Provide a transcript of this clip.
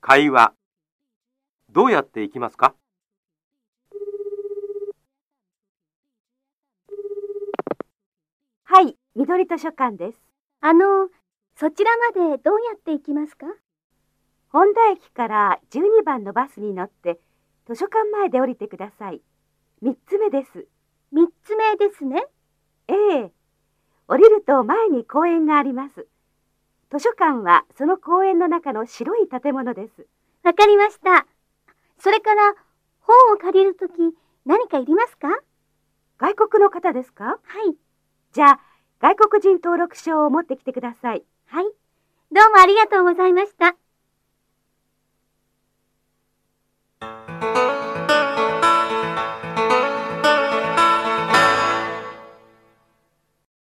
会話。どうやって行きますかはい、緑図書館です。あの、そちらまでどうやって行きますか本田駅から12番のバスに乗って、図書館前で降りてください。3つ目です。三つ目ですね。ええ。降りると前に公園があります。図書館はその公園の中の白い建物です。わかりました。それから、本を借りるとき、何かいりますかは外国の方ですかい。じゃあ、外国人登録証を持ってきてください。はい。どうもありがとうございました。